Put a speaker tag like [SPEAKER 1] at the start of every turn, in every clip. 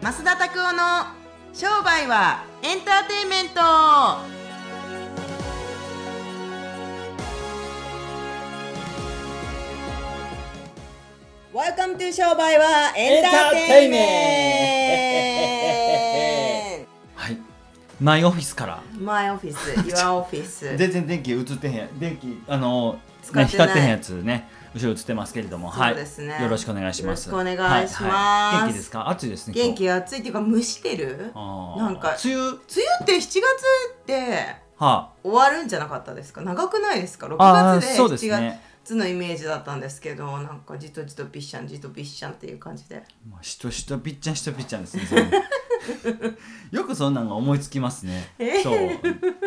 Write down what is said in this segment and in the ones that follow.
[SPEAKER 1] 増田拓夫の商売はエンターテインメントワイカムトゥ商売はエンターテインメン
[SPEAKER 2] はいマイオフィスから
[SPEAKER 1] トマイオフィス、ユアオフィス
[SPEAKER 2] 全然電気映ってへんや電気あの
[SPEAKER 1] 使
[SPEAKER 2] ね
[SPEAKER 1] ってない
[SPEAKER 2] 光ってへんやつね後ろ映ってますけれどもはい
[SPEAKER 1] そうですね
[SPEAKER 2] よろしくお願いします
[SPEAKER 1] よろしくお願いします
[SPEAKER 2] はいはい元気ですか暑いですね今日
[SPEAKER 1] 元気暑いっていうか蒸してる
[SPEAKER 2] あー
[SPEAKER 1] なんか
[SPEAKER 2] 梅雨は
[SPEAKER 1] 梅雨って7月って
[SPEAKER 2] あ
[SPEAKER 1] 終わるんじゃなかったですか長くないですか
[SPEAKER 2] あ
[SPEAKER 1] 6
[SPEAKER 2] ー
[SPEAKER 1] 月で
[SPEAKER 2] そうで
[SPEAKER 1] 7
[SPEAKER 2] す
[SPEAKER 1] 月
[SPEAKER 2] ね
[SPEAKER 1] のイメージだったんですけどなんかじとじとびっしゃんじとびっしゃんっていう感じで
[SPEAKER 2] まあしとしとぴっちゃんしとぴっちゃんです ねそれよくそんなんが思いつきますね、
[SPEAKER 1] えー
[SPEAKER 2] そう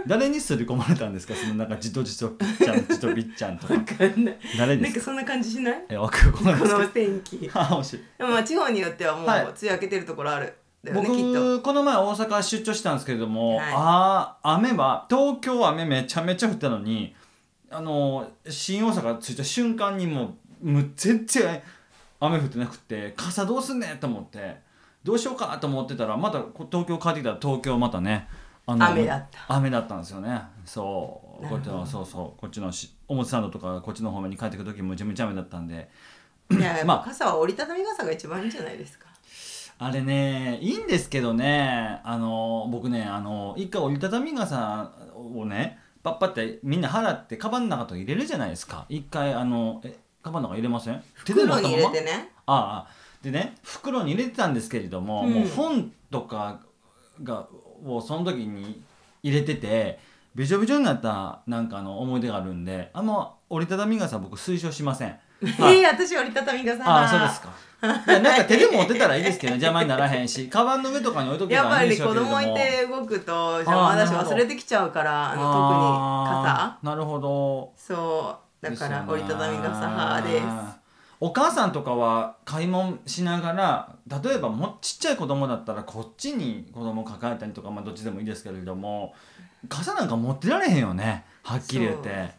[SPEAKER 2] 誰にすり込まれたんですかそのなんかじとじとぴっちゃんじとぴっちゃんとか誰で
[SPEAKER 1] なん
[SPEAKER 2] す
[SPEAKER 1] か
[SPEAKER 2] か
[SPEAKER 1] そんな感じしない
[SPEAKER 2] えわかるこな
[SPEAKER 1] こ
[SPEAKER 2] いです
[SPEAKER 1] の
[SPEAKER 2] け
[SPEAKER 1] 天気で
[SPEAKER 2] ど あ面白い
[SPEAKER 1] もまあ地方によってはもう
[SPEAKER 2] はい
[SPEAKER 1] 梅雨明けてるところあるだよね、きっと
[SPEAKER 2] 僕この前大阪出張したんですけれども、
[SPEAKER 1] はい
[SPEAKER 2] ああ雨は東京は雨めちゃめちゃ降ったのにあの新大阪着いた瞬間にもうもう全然雨降ってなくて傘どうすんねんと思ってどうしようかと思ってたらまたこ東京帰ってきたら東京またねあ
[SPEAKER 1] 雨だった
[SPEAKER 2] 雨だったんですよねそう
[SPEAKER 1] な
[SPEAKER 2] こ
[SPEAKER 1] る
[SPEAKER 2] っ
[SPEAKER 1] ほ
[SPEAKER 2] ち
[SPEAKER 1] ど
[SPEAKER 2] のそうそうこっちのし表参道とかこっちの方面に帰ってくる時もめちゃめちゃ雨だったんで
[SPEAKER 1] いややっ
[SPEAKER 2] ま
[SPEAKER 1] ぱ
[SPEAKER 2] あ
[SPEAKER 1] 傘は折りたたみ傘が一番いいんじゃないですか
[SPEAKER 2] あれねいいんですけどねあの僕ねあの一回折りたたみ傘をねパッパってみんな払ってカバンの中と入れるじゃないですか一回あのえカバンの中入れません
[SPEAKER 1] 袋
[SPEAKER 2] 手
[SPEAKER 1] に
[SPEAKER 2] で
[SPEAKER 1] 入れ
[SPEAKER 2] 持ったまま
[SPEAKER 1] てね
[SPEAKER 2] ああでね袋に入れてたんですけれども、
[SPEAKER 1] うん
[SPEAKER 2] もう本とかがをその時に入れててびちょびちょになったなんかあの思い出があるんであんま折りたたみ傘僕推奨しませ んはい
[SPEAKER 1] えー、私折りたたみ傘
[SPEAKER 2] ああそうですか。いやなんか手で持ってたらい いですけど、ね、邪魔にならへんし、カバンの上とかに置いとけ
[SPEAKER 1] やっ
[SPEAKER 2] ば
[SPEAKER 1] ぱ
[SPEAKER 2] いいん
[SPEAKER 1] り
[SPEAKER 2] でしょ
[SPEAKER 1] 子
[SPEAKER 2] うけれども。
[SPEAKER 1] 供いて動くと邪魔だし
[SPEAKER 2] あーなるほど
[SPEAKER 1] 忘れてきちゃうからあの
[SPEAKER 2] あーなるほど。
[SPEAKER 1] 特に傘そうだから折りたたみ傘
[SPEAKER 2] は
[SPEAKER 1] 派です。
[SPEAKER 2] お母さんとかは買い物しながら例えばもちっちゃい子供だったらこっちに子供抱えたりとかまあどっちでもいいですけれども傘なんか持ってられへんよねはっきり言って
[SPEAKER 1] そう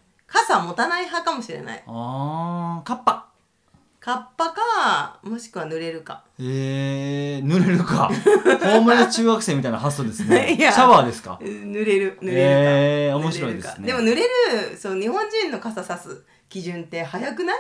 [SPEAKER 1] 傘持たない派かもしれない
[SPEAKER 2] あーカッパ
[SPEAKER 1] カッパかもしくは濡れるか
[SPEAKER 2] えー、濡れ るかホームレス中学生みたいな発想ですね
[SPEAKER 1] い
[SPEAKER 2] シ
[SPEAKER 1] や
[SPEAKER 2] ャワーですか
[SPEAKER 1] うん濡れる濡れるか、濡れる
[SPEAKER 2] えー、
[SPEAKER 1] か
[SPEAKER 2] 面白いですね
[SPEAKER 1] でも濡れるそう日本人の傘さす基準って早くない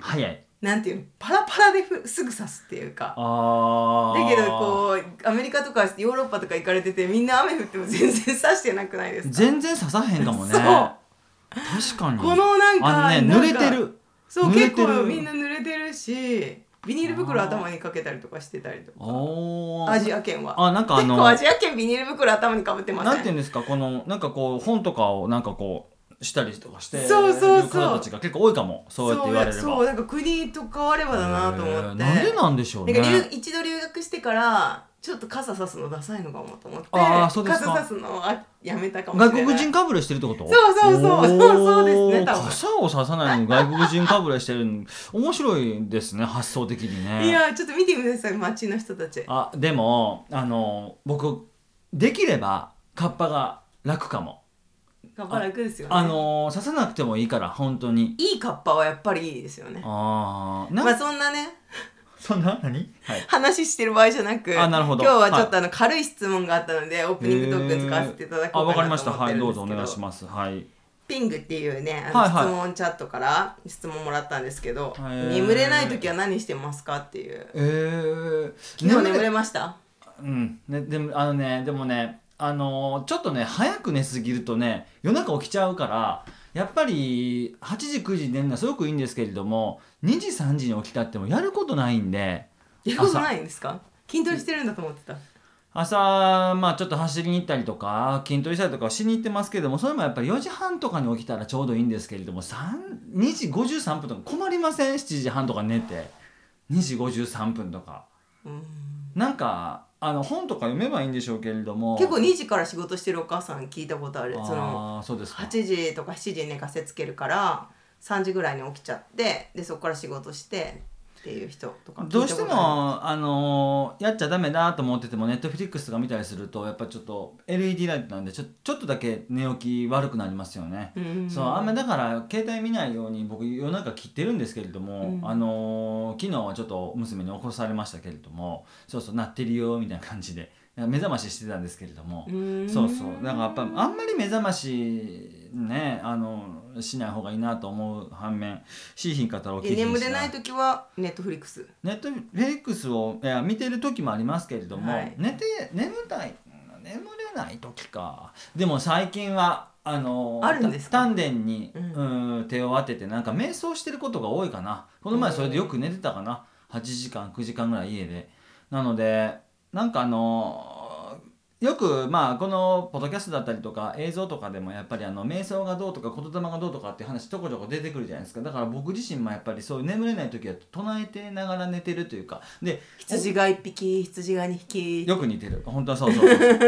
[SPEAKER 2] 早い
[SPEAKER 1] なんていうのパラパラでふすぐさすっていうか
[SPEAKER 2] あ
[SPEAKER 1] だ
[SPEAKER 2] ー
[SPEAKER 1] けどこうアメリカとかヨーロッパとか行かれててみんな雨降っても全然さしてなくないですか
[SPEAKER 2] 全然刺さへんかもね
[SPEAKER 1] そう
[SPEAKER 2] 確かに
[SPEAKER 1] このなんか
[SPEAKER 2] あのね
[SPEAKER 1] な
[SPEAKER 2] 濡
[SPEAKER 1] んか
[SPEAKER 2] れてる
[SPEAKER 1] そう
[SPEAKER 2] 濡れ
[SPEAKER 1] 結
[SPEAKER 2] てる
[SPEAKER 1] 構みんな濡れてるしビニール袋頭にかけたりとかしてたりとか
[SPEAKER 2] おー
[SPEAKER 1] アジア圏は
[SPEAKER 2] あなんかあ
[SPEAKER 1] 結構
[SPEAKER 2] の
[SPEAKER 1] アジア圏ビニール袋頭にかぶってません
[SPEAKER 2] なんていうんですかこのなんかこう本とかをなんかこうしたりとかしてる
[SPEAKER 1] そうそうそう
[SPEAKER 2] 方たちが結構多いかもそうやって言われれば
[SPEAKER 1] そうそうなんか国と変わればだなと思って、
[SPEAKER 2] えーなんでなんでしょうね
[SPEAKER 1] なんか留一度留学してからちょっと傘さすのダサいのかもと思って
[SPEAKER 2] あーそうですか
[SPEAKER 1] 傘さすのはやめたかもしれ
[SPEAKER 2] 外
[SPEAKER 1] ない
[SPEAKER 2] 国人かぶれしてるってこと
[SPEAKER 1] そうそうそう
[SPEAKER 2] おー
[SPEAKER 1] そうそうですね多分
[SPEAKER 2] 傘をささないのに外国人かぶれしてるの面白いですね発想的にね
[SPEAKER 1] いやちょっと見てください街の人たち
[SPEAKER 2] あでもあの僕できればカッパが楽かも
[SPEAKER 1] カッパ楽ですよね
[SPEAKER 2] あの刺さなくてもいいから本当に
[SPEAKER 1] いいカッパはやっぱりいいですよね
[SPEAKER 2] ああな、
[SPEAKER 1] まあそんなね
[SPEAKER 2] そんな何はい
[SPEAKER 1] 話してる場合じゃなく
[SPEAKER 2] あなるほど
[SPEAKER 1] 今日はちょっとあの軽い質問があったので、オープニングトークに使わせていただこ
[SPEAKER 2] あ
[SPEAKER 1] う
[SPEAKER 2] わか
[SPEAKER 1] か
[SPEAKER 2] り
[SPEAKER 1] な
[SPEAKER 2] ま
[SPEAKER 1] と
[SPEAKER 2] した
[SPEAKER 1] 思っ
[SPEAKER 2] は
[SPEAKER 1] て
[SPEAKER 2] い
[SPEAKER 1] るん
[SPEAKER 2] ど
[SPEAKER 1] で
[SPEAKER 2] う
[SPEAKER 1] す
[SPEAKER 2] ぞお
[SPEAKER 1] けど,、
[SPEAKER 2] 願いしますはい
[SPEAKER 1] ピングっていうね
[SPEAKER 2] はい
[SPEAKER 1] あの
[SPEAKER 2] はい
[SPEAKER 1] 質問チャットから質問もらったんですけど、
[SPEAKER 2] へー
[SPEAKER 1] 眠れない時は何してますかっていう
[SPEAKER 2] えー、
[SPEAKER 1] 昨日
[SPEAKER 2] 眠
[SPEAKER 1] 眠
[SPEAKER 2] れ
[SPEAKER 1] れました
[SPEAKER 2] うんねでもあのねでもねあのちょっとね早く寝すぎるとね夜中起きちゃうからやっぱり8時9時に寝るのはすごくいいんですけれども2時3時に起きたってもやることないんで
[SPEAKER 1] やることないんですか筋トレしてるんだと思ってた
[SPEAKER 2] 朝、まあ、ちょっと走りに行ったりとか筋トレしたりとかはしに行ってますけれどもそれもやっぱり4時半とかに起きたらちょうどいいんですけれども3 2時53分とか困りません7時半とか寝て2時53分とか
[SPEAKER 1] うん
[SPEAKER 2] なんかあの本とか読めばいいんでしょうけれども
[SPEAKER 1] 結構2時から仕事してるお母さん聞いたことあるその
[SPEAKER 2] あーそうですか
[SPEAKER 1] 8時とか7時に寝かせつけるから3時ぐらいに起きちゃってでそこから仕事してっていう人とか聞いたことある
[SPEAKER 2] どうしてもあのやっちゃダメだと思っててもネットフリックスとか見たりするとやっぱちょっと LED ライトなんでちょちょっとだけ寝起き悪くなりますよね、
[SPEAKER 1] うん
[SPEAKER 2] そうあんまだから携帯見ないように僕夜中切ってるんですけれども、
[SPEAKER 1] うん
[SPEAKER 2] あのー昨日はちょっと娘に起こされましたけれどもそうそう鳴ってるよみたいな感じで目覚まししてたんですけれども、
[SPEAKER 1] ん
[SPEAKER 2] そうそうだからやっぱあんまり目覚ましねあのしない方がいいなと思う反面しいひんかったら起き
[SPEAKER 1] で
[SPEAKER 2] ひんし
[SPEAKER 1] 眠れない時はネットフリックス
[SPEAKER 2] ネットフリックスをいや見てる時もありますけれども、
[SPEAKER 1] はい
[SPEAKER 2] 寝て眠たい眠れない時かでも最近はあの
[SPEAKER 1] あるんですか
[SPEAKER 2] た丹田に、
[SPEAKER 1] うん
[SPEAKER 2] うん手を当ててなんか瞑想してることが多いかなこの前それでよく寝てたかな8時間9時間ぐらい家でなのでなんかあのよくまあこのポッドキャストだったりとか映像とかでもやっぱりあの瞑想がどうとか言霊がどうとかっていう話ちょこちょこ出てくるじゃないですかだから僕自身もやっぱりそういう眠れない時は唱えてながら寝てるというかで
[SPEAKER 1] 羊が一匹羊が二匹
[SPEAKER 2] よく似てる本当はそうそうそうそう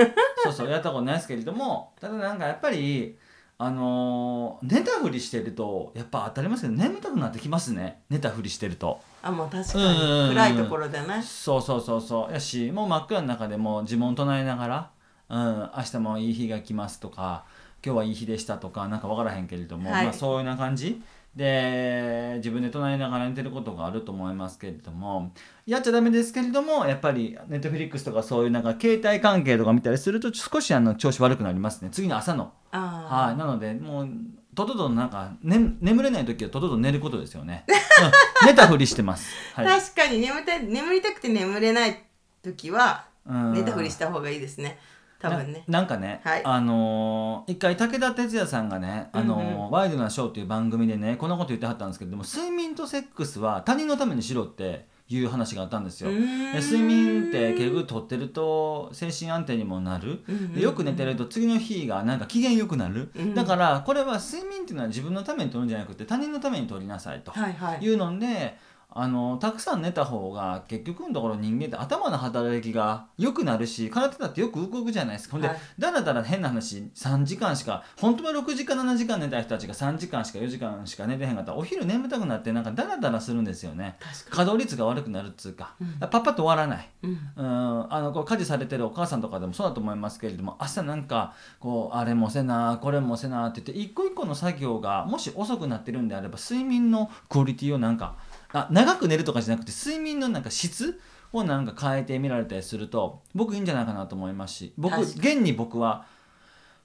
[SPEAKER 2] そうそうやったことないですけれどもただなんかやっぱりあのー寝たふりしてるとやっぱ当たりますけど眠たくなってきますね寝たふりしてると
[SPEAKER 1] あもう確か
[SPEAKER 2] うんうんうん
[SPEAKER 1] に暗いところだね
[SPEAKER 2] そうそうそうそうやしもう真っ暗の中でも呪文唱えながら、うん、明日もいい日が来ますとか今日はいい日でしたとかなんか分からへんけれども、
[SPEAKER 1] はい
[SPEAKER 2] まあそういうような感じで自分で唱えながら寝てることがあると思いますけれどもやっちゃダメですけれどもやっぱりネットフリックスとかそういうなんか携帯関係とか見たりすると少しあの調子悪くなりますね次の朝の。は
[SPEAKER 1] あ
[SPEAKER 2] い、なのでもうとっととなんか、ね、眠れない時はとっとと寝ることですよね、 うん寝たふりしてます、
[SPEAKER 1] あ、
[SPEAKER 2] はい
[SPEAKER 1] 確かに眠たい眠りたくて眠れない時は
[SPEAKER 2] うん、
[SPEAKER 1] 寝たふりした方がいいですね多分ね
[SPEAKER 2] ななんかね、
[SPEAKER 1] はい
[SPEAKER 2] あのー一回武田鉄矢さんがね「あのー
[SPEAKER 1] うんう
[SPEAKER 2] ワイドなショー」という番組でねこんなこと言ってはったんですけども睡眠とセックスは他人のためにしろっていう話があったんですよ。
[SPEAKER 1] う
[SPEAKER 2] で
[SPEAKER 1] ーん
[SPEAKER 2] 睡眠って結局とってると精神安定にもなる、
[SPEAKER 1] うんうん
[SPEAKER 2] でよく寝てると次の日がなんか機嫌良くなる、
[SPEAKER 1] うん
[SPEAKER 2] だからこれは睡眠っていうのは自分のためにとるんじゃなくて他人のためにとりなさいと。
[SPEAKER 1] はいはい
[SPEAKER 2] いうのであのたくさん寝た方が結局のところ人間って頭の働きが良くなるし空手だってよく動くじゃないですかほんで、
[SPEAKER 1] はい
[SPEAKER 2] だらだら変な話3時間しか本当は6時間7時間寝た人たちが3時間しか4時間しか寝てへんかったらお昼眠たくなってなんかだらだらするんですよね
[SPEAKER 1] 確か
[SPEAKER 2] 稼働率が悪くなるっつうか,、
[SPEAKER 1] うん
[SPEAKER 2] パッパッと終わらない
[SPEAKER 1] に、うん
[SPEAKER 2] うんあのこう家事されてるお母さんとかでもそうだと思いますけれども朝なんかこうあれもせなこれもせなって言って一個一個の作業がもし遅くなってるんであれば睡眠のクオリティをなんかあ長く寝るとかじゃなくて睡眠のなんか質をなんか変えてみられたりすると僕いいんじゃないかなと思いますし僕
[SPEAKER 1] 確か
[SPEAKER 2] 現に僕は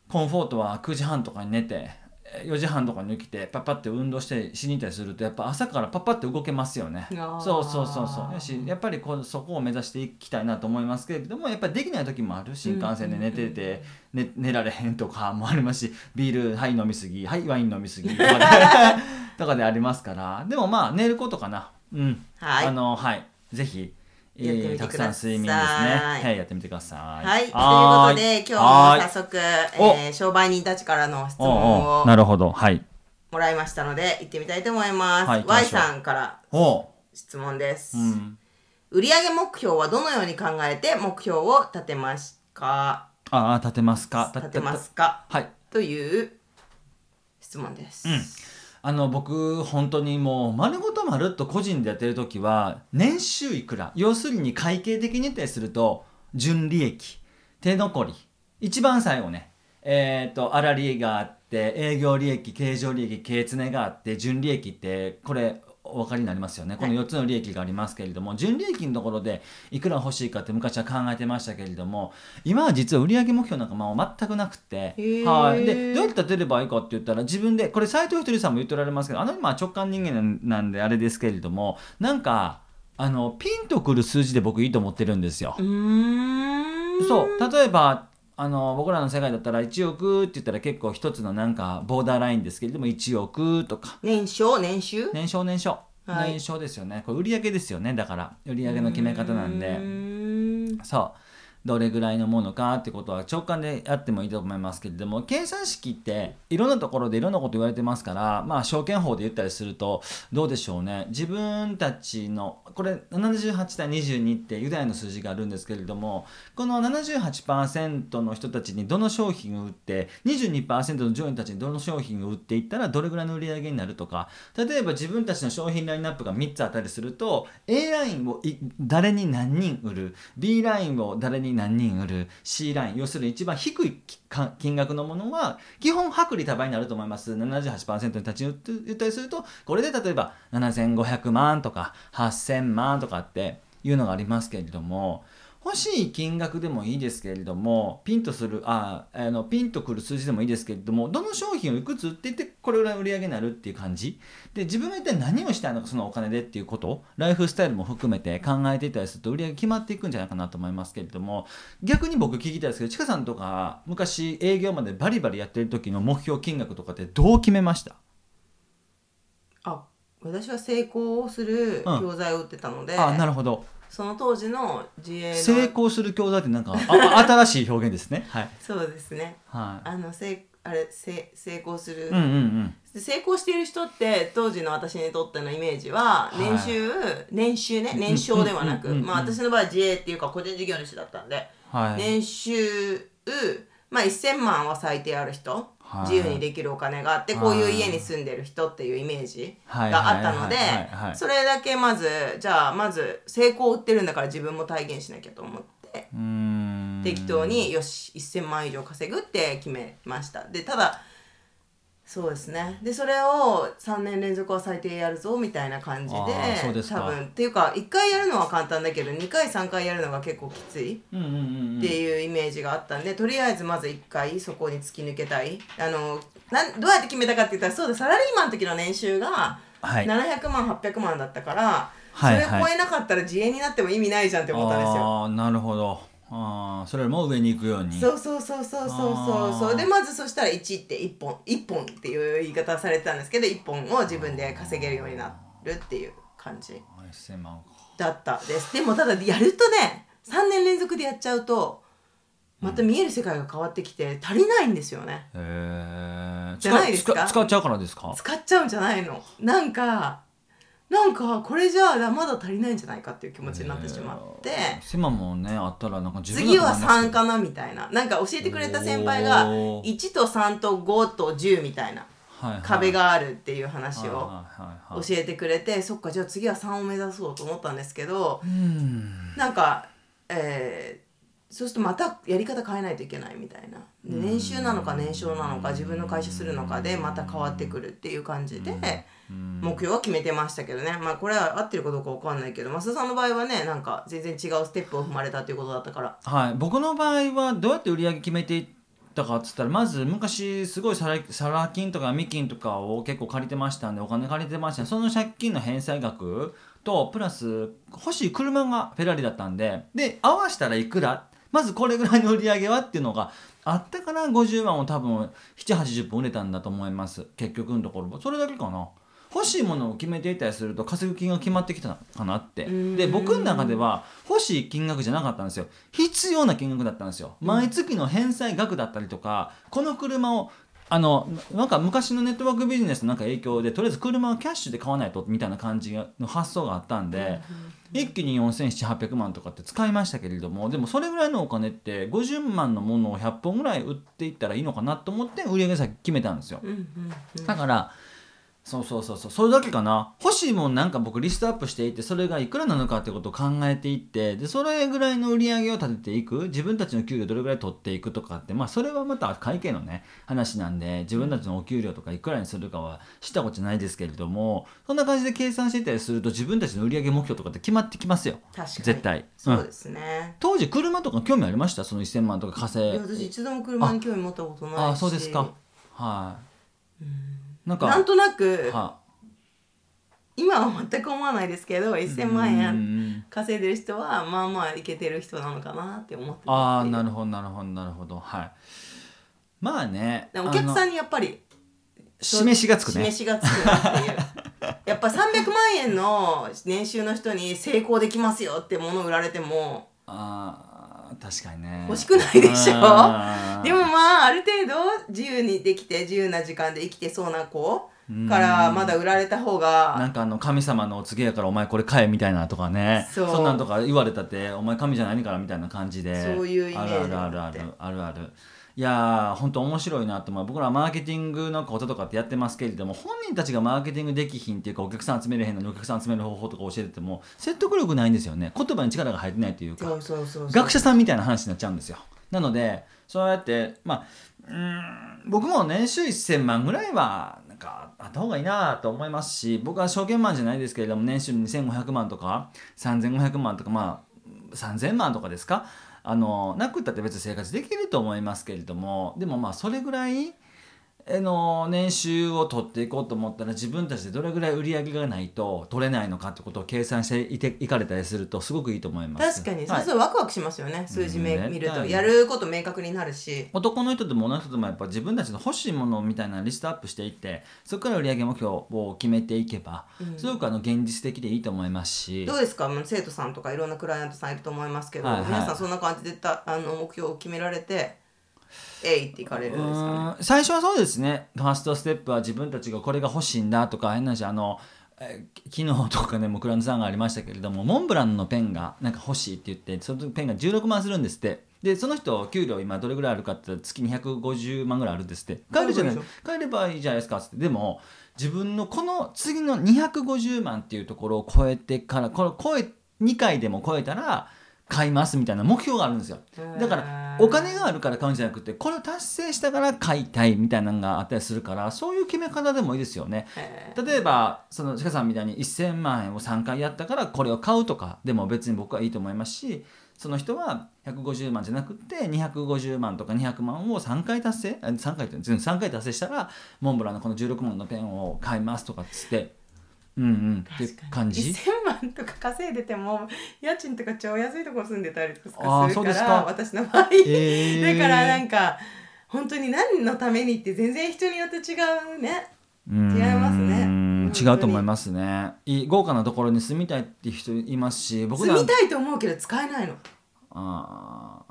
[SPEAKER 2] コンフォートは9時半とかに寝てえー4時半とかに起きてパッパって運動してしに行ったりするとやっぱ朝からパッパって動けますよね
[SPEAKER 1] あー
[SPEAKER 2] そうそうそうそうやしやっぱりこうそこを目指していきたいなと思いますけれどもやっぱりできない時もある新幹線で寝てて、ね、寝られへんとかもありますしビールはい飲みすぎはいワイン飲 みすぎとかでとかでありますからでもまあ寝ることかなうん
[SPEAKER 1] はい
[SPEAKER 2] あのはいぜひ、えー
[SPEAKER 1] やってみて
[SPEAKER 2] たく
[SPEAKER 1] く
[SPEAKER 2] さん
[SPEAKER 1] ださ
[SPEAKER 2] 睡
[SPEAKER 1] い
[SPEAKER 2] 眠ですねはいやってみてください
[SPEAKER 1] はい、
[SPEAKER 2] はー
[SPEAKER 1] ということで今
[SPEAKER 2] はーい
[SPEAKER 1] 日も早速、えー、商売人たちからの質
[SPEAKER 2] おうお
[SPEAKER 1] 問
[SPEAKER 2] うな
[SPEAKER 1] を
[SPEAKER 2] るほどはい
[SPEAKER 1] もらいましたので行ってみたいと思います、
[SPEAKER 2] はい行きま
[SPEAKER 1] Y
[SPEAKER 2] しょう
[SPEAKER 1] さんから
[SPEAKER 2] おう
[SPEAKER 1] 質問です、
[SPEAKER 2] うん
[SPEAKER 1] 売上目標はどのように考えて目標を立てますか
[SPEAKER 2] ああ立てますか
[SPEAKER 1] 立てますか
[SPEAKER 2] はい
[SPEAKER 1] という質問です、
[SPEAKER 2] あの僕本当にもう丸ごとまるっと個人でやってる時は年収いくら要するに会計的に言ったりすると純利益手残り一番最後ねえっ、と粗利があって営業利益経常利益経常があって純利益ってこれお分かりになりますよねこの4つの利益がありますけれども、純利益のところでいくら欲しいかって昔は考えてましたけれども今は実は売上目標なんかもう全くなくて、
[SPEAKER 1] ー
[SPEAKER 2] はい、でどうやって立てればいいかって言ったら自分でこれ斎藤ひとりさんも言っておられますけどあの人まあ直感人間なんであれですけれどもなんかあのピンとくる数字で僕いいと思ってるんですよ。
[SPEAKER 1] うーん
[SPEAKER 2] そう例えばあの僕らの世界だったら1億って言ったら結構一つのなんかボーダーラインですけれども1億とか
[SPEAKER 1] 年商年収、
[SPEAKER 2] 年商年商、
[SPEAKER 1] はい
[SPEAKER 2] 年商ですよねこれ売上ですよねだから売上の決め方なんで
[SPEAKER 1] うーん
[SPEAKER 2] そうどれぐらいのものかってことは直感でやってもいいと思いますけれども計算式っていろんなところでいろんなこと言われてますからまあ証券法で言ったりするとどうでしょうね自分たちのこれ78対22ってユダヤの数字があるんですけれどもこの78%の人たちにどの商品を売って22%の上位たちにどの商品を売っていったらどれぐらいの売り上げになるとか例えば自分たちの商品ラインナップが3つあったりすると A ラインをい誰に何人売る B ラインを誰に何人売る C ライン要するに一番低い金金額のものは基本薄利多売になると思います78%に立ち言ったりするとこれで例えば7500万とか8000万とかっていうのがありますけれども欲しい金額でもいいですけれどもピンとするああのピンとくる数字でもいいですけれどもどの商品をいくつ売っていってこれぐらい売り上げになるっていう感じで自分が一体何をしたいのかそのお金でっていうことライフスタイルも含めて考えていたりすると売り上げ決まっていくんじゃないかなと思いますけれども逆に僕聞きたいですけどちかさんとか昔営業までバリバリやってる時の目標金額とかってどう決めました
[SPEAKER 1] あ私は成功をする教材を売ってたので、
[SPEAKER 2] あなるほど
[SPEAKER 1] その当時の自営の
[SPEAKER 2] 成功する教材ってなんかああ新しい表現ですねはい
[SPEAKER 1] そうですね
[SPEAKER 2] はい
[SPEAKER 1] あのせいあれせ成功する、
[SPEAKER 2] うんうんうん
[SPEAKER 1] で成功している人って当時の私にとってのイメージは
[SPEAKER 2] はい
[SPEAKER 1] 年収、年収ね年商ではなく、
[SPEAKER 2] うんうんうんうん
[SPEAKER 1] まあ、私の場合は自営っていうか個人事業主だったんで、
[SPEAKER 2] はい、
[SPEAKER 1] 年収、まあ、1,000万は最低ある人、
[SPEAKER 2] はい
[SPEAKER 1] 自由にできるお金があって
[SPEAKER 2] はい
[SPEAKER 1] こういう家に住んでる人っていうイメージ
[SPEAKER 2] はい
[SPEAKER 1] があったので
[SPEAKER 2] はいはいはいはい
[SPEAKER 1] それだけまずじゃあまず成功を売ってるんだから自分も体現しなきゃと思って
[SPEAKER 2] うーん
[SPEAKER 1] 適当によし1,000万以上稼ぐって決めました。でただそうですねでそれを3年連続は最低やるぞみたいな感じで
[SPEAKER 2] あーそうですか
[SPEAKER 1] 多分っていうか1回やるのは簡単だけど2回3回やるのが結構きつい。
[SPEAKER 2] うんうんうんうん
[SPEAKER 1] っていうイメージがあったんで、とりあえずまず一回そこに突き抜けたいあのなんどうやって決めたかって言ったらそうだサラリーマンの時の年収が
[SPEAKER 2] はい
[SPEAKER 1] 700万、800万だったから、
[SPEAKER 2] はい
[SPEAKER 1] それを超えなかったら自営になっても意味ないじゃんって思ったんですよ。
[SPEAKER 2] ああなるほどあーそれよりも上に行くように
[SPEAKER 1] そうそうそうそうそうそうそ
[SPEAKER 2] あー
[SPEAKER 1] うでまずそしたら1って1本1本っていう言い方されてたんですけど1本を自分で稼げるようになるっていう感じ
[SPEAKER 2] あ1000万か
[SPEAKER 1] だったですでもただやるとね3年連続でやっちゃうとまた見える世界が変わってきて足りないんですよね
[SPEAKER 2] へえ
[SPEAKER 1] じゃないですか
[SPEAKER 2] 使使っちゃうからですか
[SPEAKER 1] 使っちゃうんじゃないのなんかなんかこれじゃあまだ足りないんじゃないかっていう気持ちになってしまって、
[SPEAKER 2] 1000万もねあったらなんか自分
[SPEAKER 1] 次は3
[SPEAKER 2] 回
[SPEAKER 1] かなみたいななんか教えてくれた先輩が
[SPEAKER 2] おー
[SPEAKER 1] 1と3と5と10みたいな壁があるっていう話を教えてくれてそっかじゃあ次は3を目指そうと思ったんですけど
[SPEAKER 2] うん
[SPEAKER 1] なんか、えーそうするとまたやり方変えないといけないみたいなで年収なのか年商なのか自分の会社するのかでまた変わってくるっていう感じで
[SPEAKER 2] うん
[SPEAKER 1] 目標は決めてましたけどねまあこれは合ってるかどうかわかんないけど増田さんの場合はねなんか全然違うステップを踏まれたということだったから
[SPEAKER 2] はい、僕の場合はどうやって売り上げ決めていったかっつったらまず昔すごいサラサラ金とかミ金とかを結構借りてましたんでお金借りてましたその借金の返済額とプラス欲しい車がフェラーリだったんでで合わせたらいくらまずこれぐらいの売り上げはっていうのがあったから50万を多分780本売れたんだと思います結局のところそれだけかな欲しいものを決めていたりすると稼ぐ金が決まってきたかなって
[SPEAKER 1] ん
[SPEAKER 2] で僕の中では欲しい金額じゃなかったんですよ必要な金額だったんですよ毎月の返済額だったりとかこの車をあのなんか昔のネットワークビジネスのなんか影響でとりあえず車をキャッシュで買わないとみたいな感じの発想があったんで、一気に4700800万とかって使いましたけれどもでもそれぐらいのお金って50万のものを100本ぐらい売っていったらいいのかなと思って売上先決めたんですよ。
[SPEAKER 1] うんうんうん
[SPEAKER 2] だからそうそうそうそうそれだけかな欲しいもんなんか僕リストアップしていってそれがいくらなのかってことを考えていってでそれぐらいの売り上げを立てていく自分たちの給料どれぐらい取っていくとかってまあそれはまた会計のね話なんで自分たちのお給料とかいくらにするかはしたことないですけれどもそんな感じで計算していったりすると自分たちの売り上げ目標とかって決まってきますよ
[SPEAKER 1] 確かに
[SPEAKER 2] 絶対、う、
[SPEAKER 1] そうんですね、
[SPEAKER 2] 当時車とか興味ありましたその1000万とか
[SPEAKER 1] い
[SPEAKER 2] 稼
[SPEAKER 1] や私一度も車に興味持ったことないし
[SPEAKER 2] ああそうですかはいなんか
[SPEAKER 1] なんとなく
[SPEAKER 2] は
[SPEAKER 1] 今は全く思わないですけど
[SPEAKER 2] い
[SPEAKER 1] 1000万円
[SPEAKER 2] うん
[SPEAKER 1] 稼いでる人はまあまあいけてる人なのかなって思って
[SPEAKER 2] ああな
[SPEAKER 1] る
[SPEAKER 2] るほどなるほどなるほどはいまあね
[SPEAKER 1] お客さ
[SPEAKER 2] ん
[SPEAKER 1] んにやっぱり
[SPEAKER 2] 示しがつくね
[SPEAKER 1] 示しがつくなってい うやっぱ300万円の年収の人に成功できますよってものを売られても
[SPEAKER 2] あ確かにね
[SPEAKER 1] 欲しくないでしょ
[SPEAKER 2] あー
[SPEAKER 1] でもまあある程度自由にできて自由な時間で生きてそうな子から
[SPEAKER 2] うん
[SPEAKER 1] まだ売られた方
[SPEAKER 2] な
[SPEAKER 1] が
[SPEAKER 2] んかあの神様のお告げやからお前これ買えみたいなとかね
[SPEAKER 1] そ
[SPEAKER 2] そうんなんとか言われたってお前神じゃないからみたいな感じで
[SPEAKER 1] そういうイメージ
[SPEAKER 2] あるあるあるあるあるあるいやー本当面白いなと思う僕らマーケティングのこととかってやってますけれども本人たちがマーケティングできひんっていうかお客さん集めれへんのにお客さん集める方法とか教えてても説得力ないんですよね言葉に力が入ってないというか
[SPEAKER 1] そうそうそうそう
[SPEAKER 2] 学者さんみたいな話になっちゃうんですよなのでそうやってまあうーん僕も年収1000万ぐらいはなんかあった方がいいなと思いますし僕は証券マンじゃないですけれども年収2500万とか3500万とかまあ3000万とかですかあのなくったって別に生活できると思いますけれどもでもまあそれぐらいあの年収を取っていこうと思ったら自分たちでどれぐらい売り上げがないと取れないのかってことを計算していていかれたりするとすごくいいと思います。
[SPEAKER 1] 確かにそ
[SPEAKER 2] は
[SPEAKER 1] う
[SPEAKER 2] い
[SPEAKER 1] そうワクワクしますよね数字め
[SPEAKER 2] うん
[SPEAKER 1] 見る
[SPEAKER 2] 絶
[SPEAKER 1] と
[SPEAKER 2] 対
[SPEAKER 1] やること明確になるし
[SPEAKER 2] 男の人でも女の人でもやっぱ自分たちの欲しいものみたいなリストアップしていってそこから売上目標を決めていけば、
[SPEAKER 1] うん
[SPEAKER 2] すごくあの現実的でいいと思いますし
[SPEAKER 1] どうですかもう生徒さんとかいろんなクライアントさんいると思いますけど、
[SPEAKER 2] はいはい
[SPEAKER 1] 皆さんそんな感じでたあの目標を決められて「えい」っていかれるんですかね
[SPEAKER 2] うーん最初はそうですねファーストステップは自分たちがこれが欲しいんだとか変な話あのえー昨日とかねもクランさんがありましたけれどもモンブランのペンがなんか欲しいって言ってそのペンが16万するんですってでその人給料今どれぐらいあるかって言ったら月250万ぐらいあるんですって帰るじゃない
[SPEAKER 1] そう
[SPEAKER 2] 帰ればいいじゃないですかっつってでも自分のこの次の250万っていうところを超えてからこの超え2回でも超えたら買いますみたいな目標があるんですよだから
[SPEAKER 1] うん
[SPEAKER 2] お金があるから買うんじゃなくてこれを達成したから買いたいみたいなのがあったりするからそういう決め方でもいいですよね
[SPEAKER 1] へ
[SPEAKER 2] 例えばそのちかさんみたいに1000万円を3回やったからこれを買うとかでも別に僕はいいと思いますしその人は150万じゃなくて250万とか200万を3回達成あ3回って全部3回達成したらモンブランのこの16万のペンを買いますとかっつってうんうんって
[SPEAKER 1] 確かに
[SPEAKER 2] 感じ
[SPEAKER 1] 1000万とか稼いでても家賃とか超安いところ住んでたりとかする
[SPEAKER 2] あ
[SPEAKER 1] か
[SPEAKER 2] ー
[SPEAKER 1] ら
[SPEAKER 2] そうですか
[SPEAKER 1] 私の場合、
[SPEAKER 2] えー
[SPEAKER 1] だからなんか本当に何のためにって全然人によって違うね
[SPEAKER 2] 違いま
[SPEAKER 1] ますすね
[SPEAKER 2] 違うと思いますねいい豪華なところに住みたいっていう人いますし僕
[SPEAKER 1] 住
[SPEAKER 2] なん
[SPEAKER 1] みたいと思うけど使えないのだ
[SPEAKER 2] あ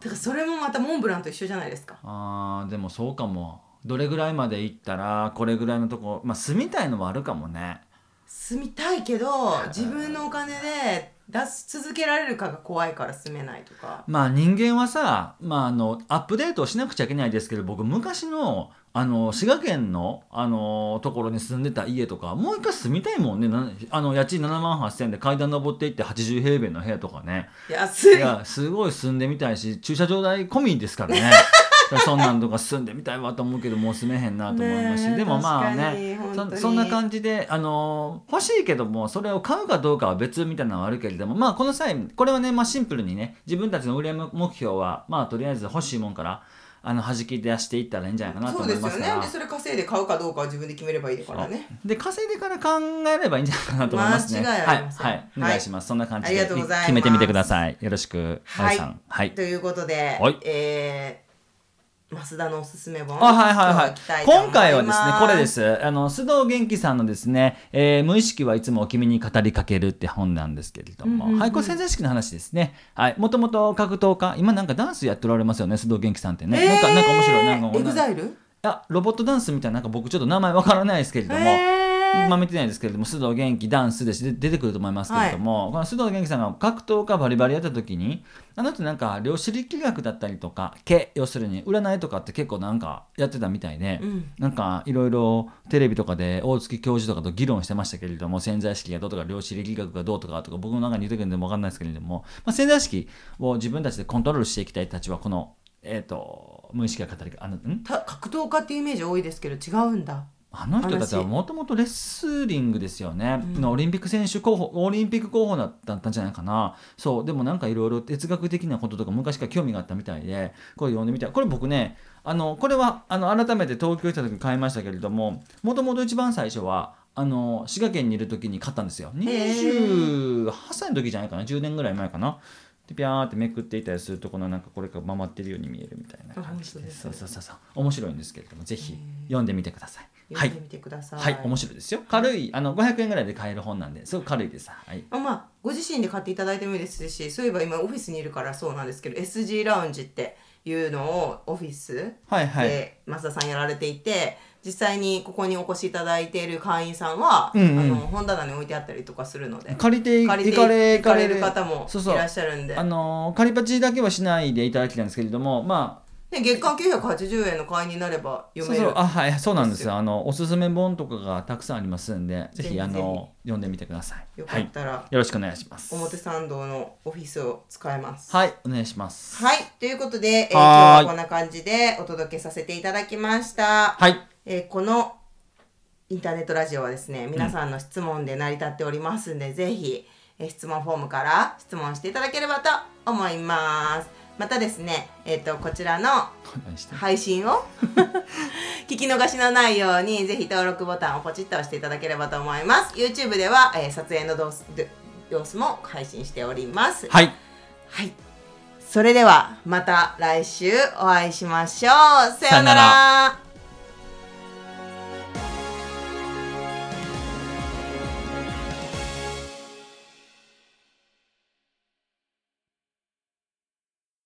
[SPEAKER 2] ー
[SPEAKER 1] からそれもまたモンブランと一緒じゃないですか
[SPEAKER 2] あーでもそうかもどれぐらいまで行ったらこれぐらいのとこまあ住みたいのもあるかもね
[SPEAKER 1] 住みたいけど自分のお金で出し続けられるかが怖いから住めないとか
[SPEAKER 2] まあ人間はさ、まあ、あのアップデートをしなくちゃいけないですけど僕昔のあの滋賀県のあのところに住んでた家とかもう一回住みたいもんねなあの家賃7万8,000円で階段登っていって80平米の部屋とかね
[SPEAKER 1] 安い
[SPEAKER 2] いやすごい住んでみたいし駐車場代込みですからね だからそんなんとか住んでみたいわと思うけどもう住めへんなと思いますし、
[SPEAKER 1] ねえ
[SPEAKER 2] でもまあね
[SPEAKER 1] 確かに本当
[SPEAKER 2] そ
[SPEAKER 1] に
[SPEAKER 2] そんな感じで、あのー欲しいけどもそれを買うかどうかは別みたいなのはあるけれどもまあこの際これはね、まあ、シンプルにね自分たちの売り上げ目標はまあとりあえず欲しいもんからあの弾き出していったらいいんじゃないかなと
[SPEAKER 1] そう
[SPEAKER 2] 思
[SPEAKER 1] で
[SPEAKER 2] い
[SPEAKER 1] すよ
[SPEAKER 2] ますか
[SPEAKER 1] ね
[SPEAKER 2] ら
[SPEAKER 1] でそれ稼いで買うかどうかは自分で決めればいいからね
[SPEAKER 2] で稼いでから考えればいいんじゃないかなと思いますね
[SPEAKER 1] 間違いありません
[SPEAKER 2] はい、はい、お願いします、そんな感じで
[SPEAKER 1] ありがとうございます
[SPEAKER 2] 決めてみてくださいよろしく
[SPEAKER 1] はい
[SPEAKER 2] あゆさんはい
[SPEAKER 1] ということで、
[SPEAKER 2] はい
[SPEAKER 1] えー増田のおすすめ本
[SPEAKER 2] あはいはいは
[SPEAKER 1] 今日
[SPEAKER 2] い
[SPEAKER 1] きたと思います
[SPEAKER 2] 今回はですねこれですあの須藤元気さんのですね、えー無意識はいつも君に語りかける」って本なんですけれども、
[SPEAKER 1] うんうんうん
[SPEAKER 2] はいこれ潜在意識の話ですねはいもともと格闘家今なんかダンスやっておられますよね須藤元気さんってね、
[SPEAKER 1] えー、
[SPEAKER 2] なんかなんか面白いなんか
[SPEAKER 1] エグザイル
[SPEAKER 2] いやロボットダンスみたいななんか僕ちょっと名前わからないですけれども、
[SPEAKER 1] え
[SPEAKER 2] 今見てないですけれども須藤元気ダンスでしで出てくると思いますけれども、この須藤元気さんが格闘家バリバリやった時にあの人なんか量子力学だったりとか毛要するに占いとかって結構なんかやってたみたいで、
[SPEAKER 1] うん
[SPEAKER 2] なんかいろいろテレビとかで大月教授とかと議論してましたけれども潜在意識がどうとか量子力学がどうとかとか僕の中に言ってくるんでも分かんないですけれども、まあ、潜在意識を自分たちでコントロールしていきたい人たちはこの、えー、と無意識が語りかあのん
[SPEAKER 1] た格闘家っていうイメージ多いですけど違うんだ
[SPEAKER 2] あの人たちは
[SPEAKER 1] 話
[SPEAKER 2] もともとレスリングですよね、
[SPEAKER 1] うん
[SPEAKER 2] オリンピック選手候補オリンピック候補だったんじゃないかなそうでもなんかいろいろ哲学的なこととか昔から興味があったみたいでこれ読んでみたいこれ僕ねあのこれはあの改めて東京行った時に買いましたけれどももともと一番最初はあの滋賀県にいる時に買ったんですよ28歳の時じゃないかな10年ぐらい前かなでピャーってめくっていたりするとこのなんかこれが回ってるように見えるみたいな
[SPEAKER 1] あ
[SPEAKER 2] 感じ
[SPEAKER 1] 本当
[SPEAKER 2] で
[SPEAKER 1] ですす
[SPEAKER 2] そう
[SPEAKER 1] ね
[SPEAKER 2] そうそうそう面白いんですけれどもぜひ読んでみてくださいはい
[SPEAKER 1] 読んでみてください、
[SPEAKER 2] はい、面白いですよ。軽い、あの500円ぐらいで買える本なんで、すごく軽いです。はい。
[SPEAKER 1] あまあご自身で買っていただいてもいいですしそういえば今オフィスにいるからそうなんですけど SG ラウンジっていうのをオフィス
[SPEAKER 2] はいはい。
[SPEAKER 1] で増田さんやられていて実際にここにお越しいただいている会員さんは、
[SPEAKER 2] うんうん
[SPEAKER 1] あの本棚に置いてあったりとかするので
[SPEAKER 2] 借りてい
[SPEAKER 1] 借り
[SPEAKER 2] 行
[SPEAKER 1] て
[SPEAKER 2] かれ
[SPEAKER 1] 行かれる方も
[SPEAKER 2] そうそう
[SPEAKER 1] いらっしゃるんで
[SPEAKER 2] あのー、借りパチだけはしないでいただきたいんですけれども、まあ、
[SPEAKER 1] で月間980円の会員になれば読
[SPEAKER 2] そう
[SPEAKER 1] める
[SPEAKER 2] そう、あ、はい、そうなんです
[SPEAKER 1] です
[SPEAKER 2] よ。あの、おすすめ本とかがたくさんありますんで、
[SPEAKER 1] ぜひ
[SPEAKER 2] ぜひ、
[SPEAKER 1] ぜひ
[SPEAKER 2] あの、読んでみてください。
[SPEAKER 1] よ
[SPEAKER 2] は
[SPEAKER 1] か
[SPEAKER 2] い
[SPEAKER 1] っ。たら、
[SPEAKER 2] よろしくお願いします。
[SPEAKER 1] 表参道のオフィスを使います。
[SPEAKER 2] はい、お願いします。
[SPEAKER 1] はい、ということで、えー今日
[SPEAKER 2] はー
[SPEAKER 1] は
[SPEAKER 2] い
[SPEAKER 1] こんな感じでお届けさせていただきました。
[SPEAKER 2] はい。
[SPEAKER 1] えーこのインターネットラジオはですね皆さんの質問で成り立っておりますんで、ぜひ、えー質問フォームから質問していただければと思います。またですね、えっとこちらの
[SPEAKER 2] 何して
[SPEAKER 1] 配信 を聞き逃しのないようにぜひ登録ボタンをポチッと押していただければと思います YouTube では、えー撮影の様子で様子も配信しておりますはい、
[SPEAKER 2] はい。
[SPEAKER 1] それではまた来週お会いしましょうさよう
[SPEAKER 2] さよ
[SPEAKER 1] な
[SPEAKER 2] な
[SPEAKER 1] ら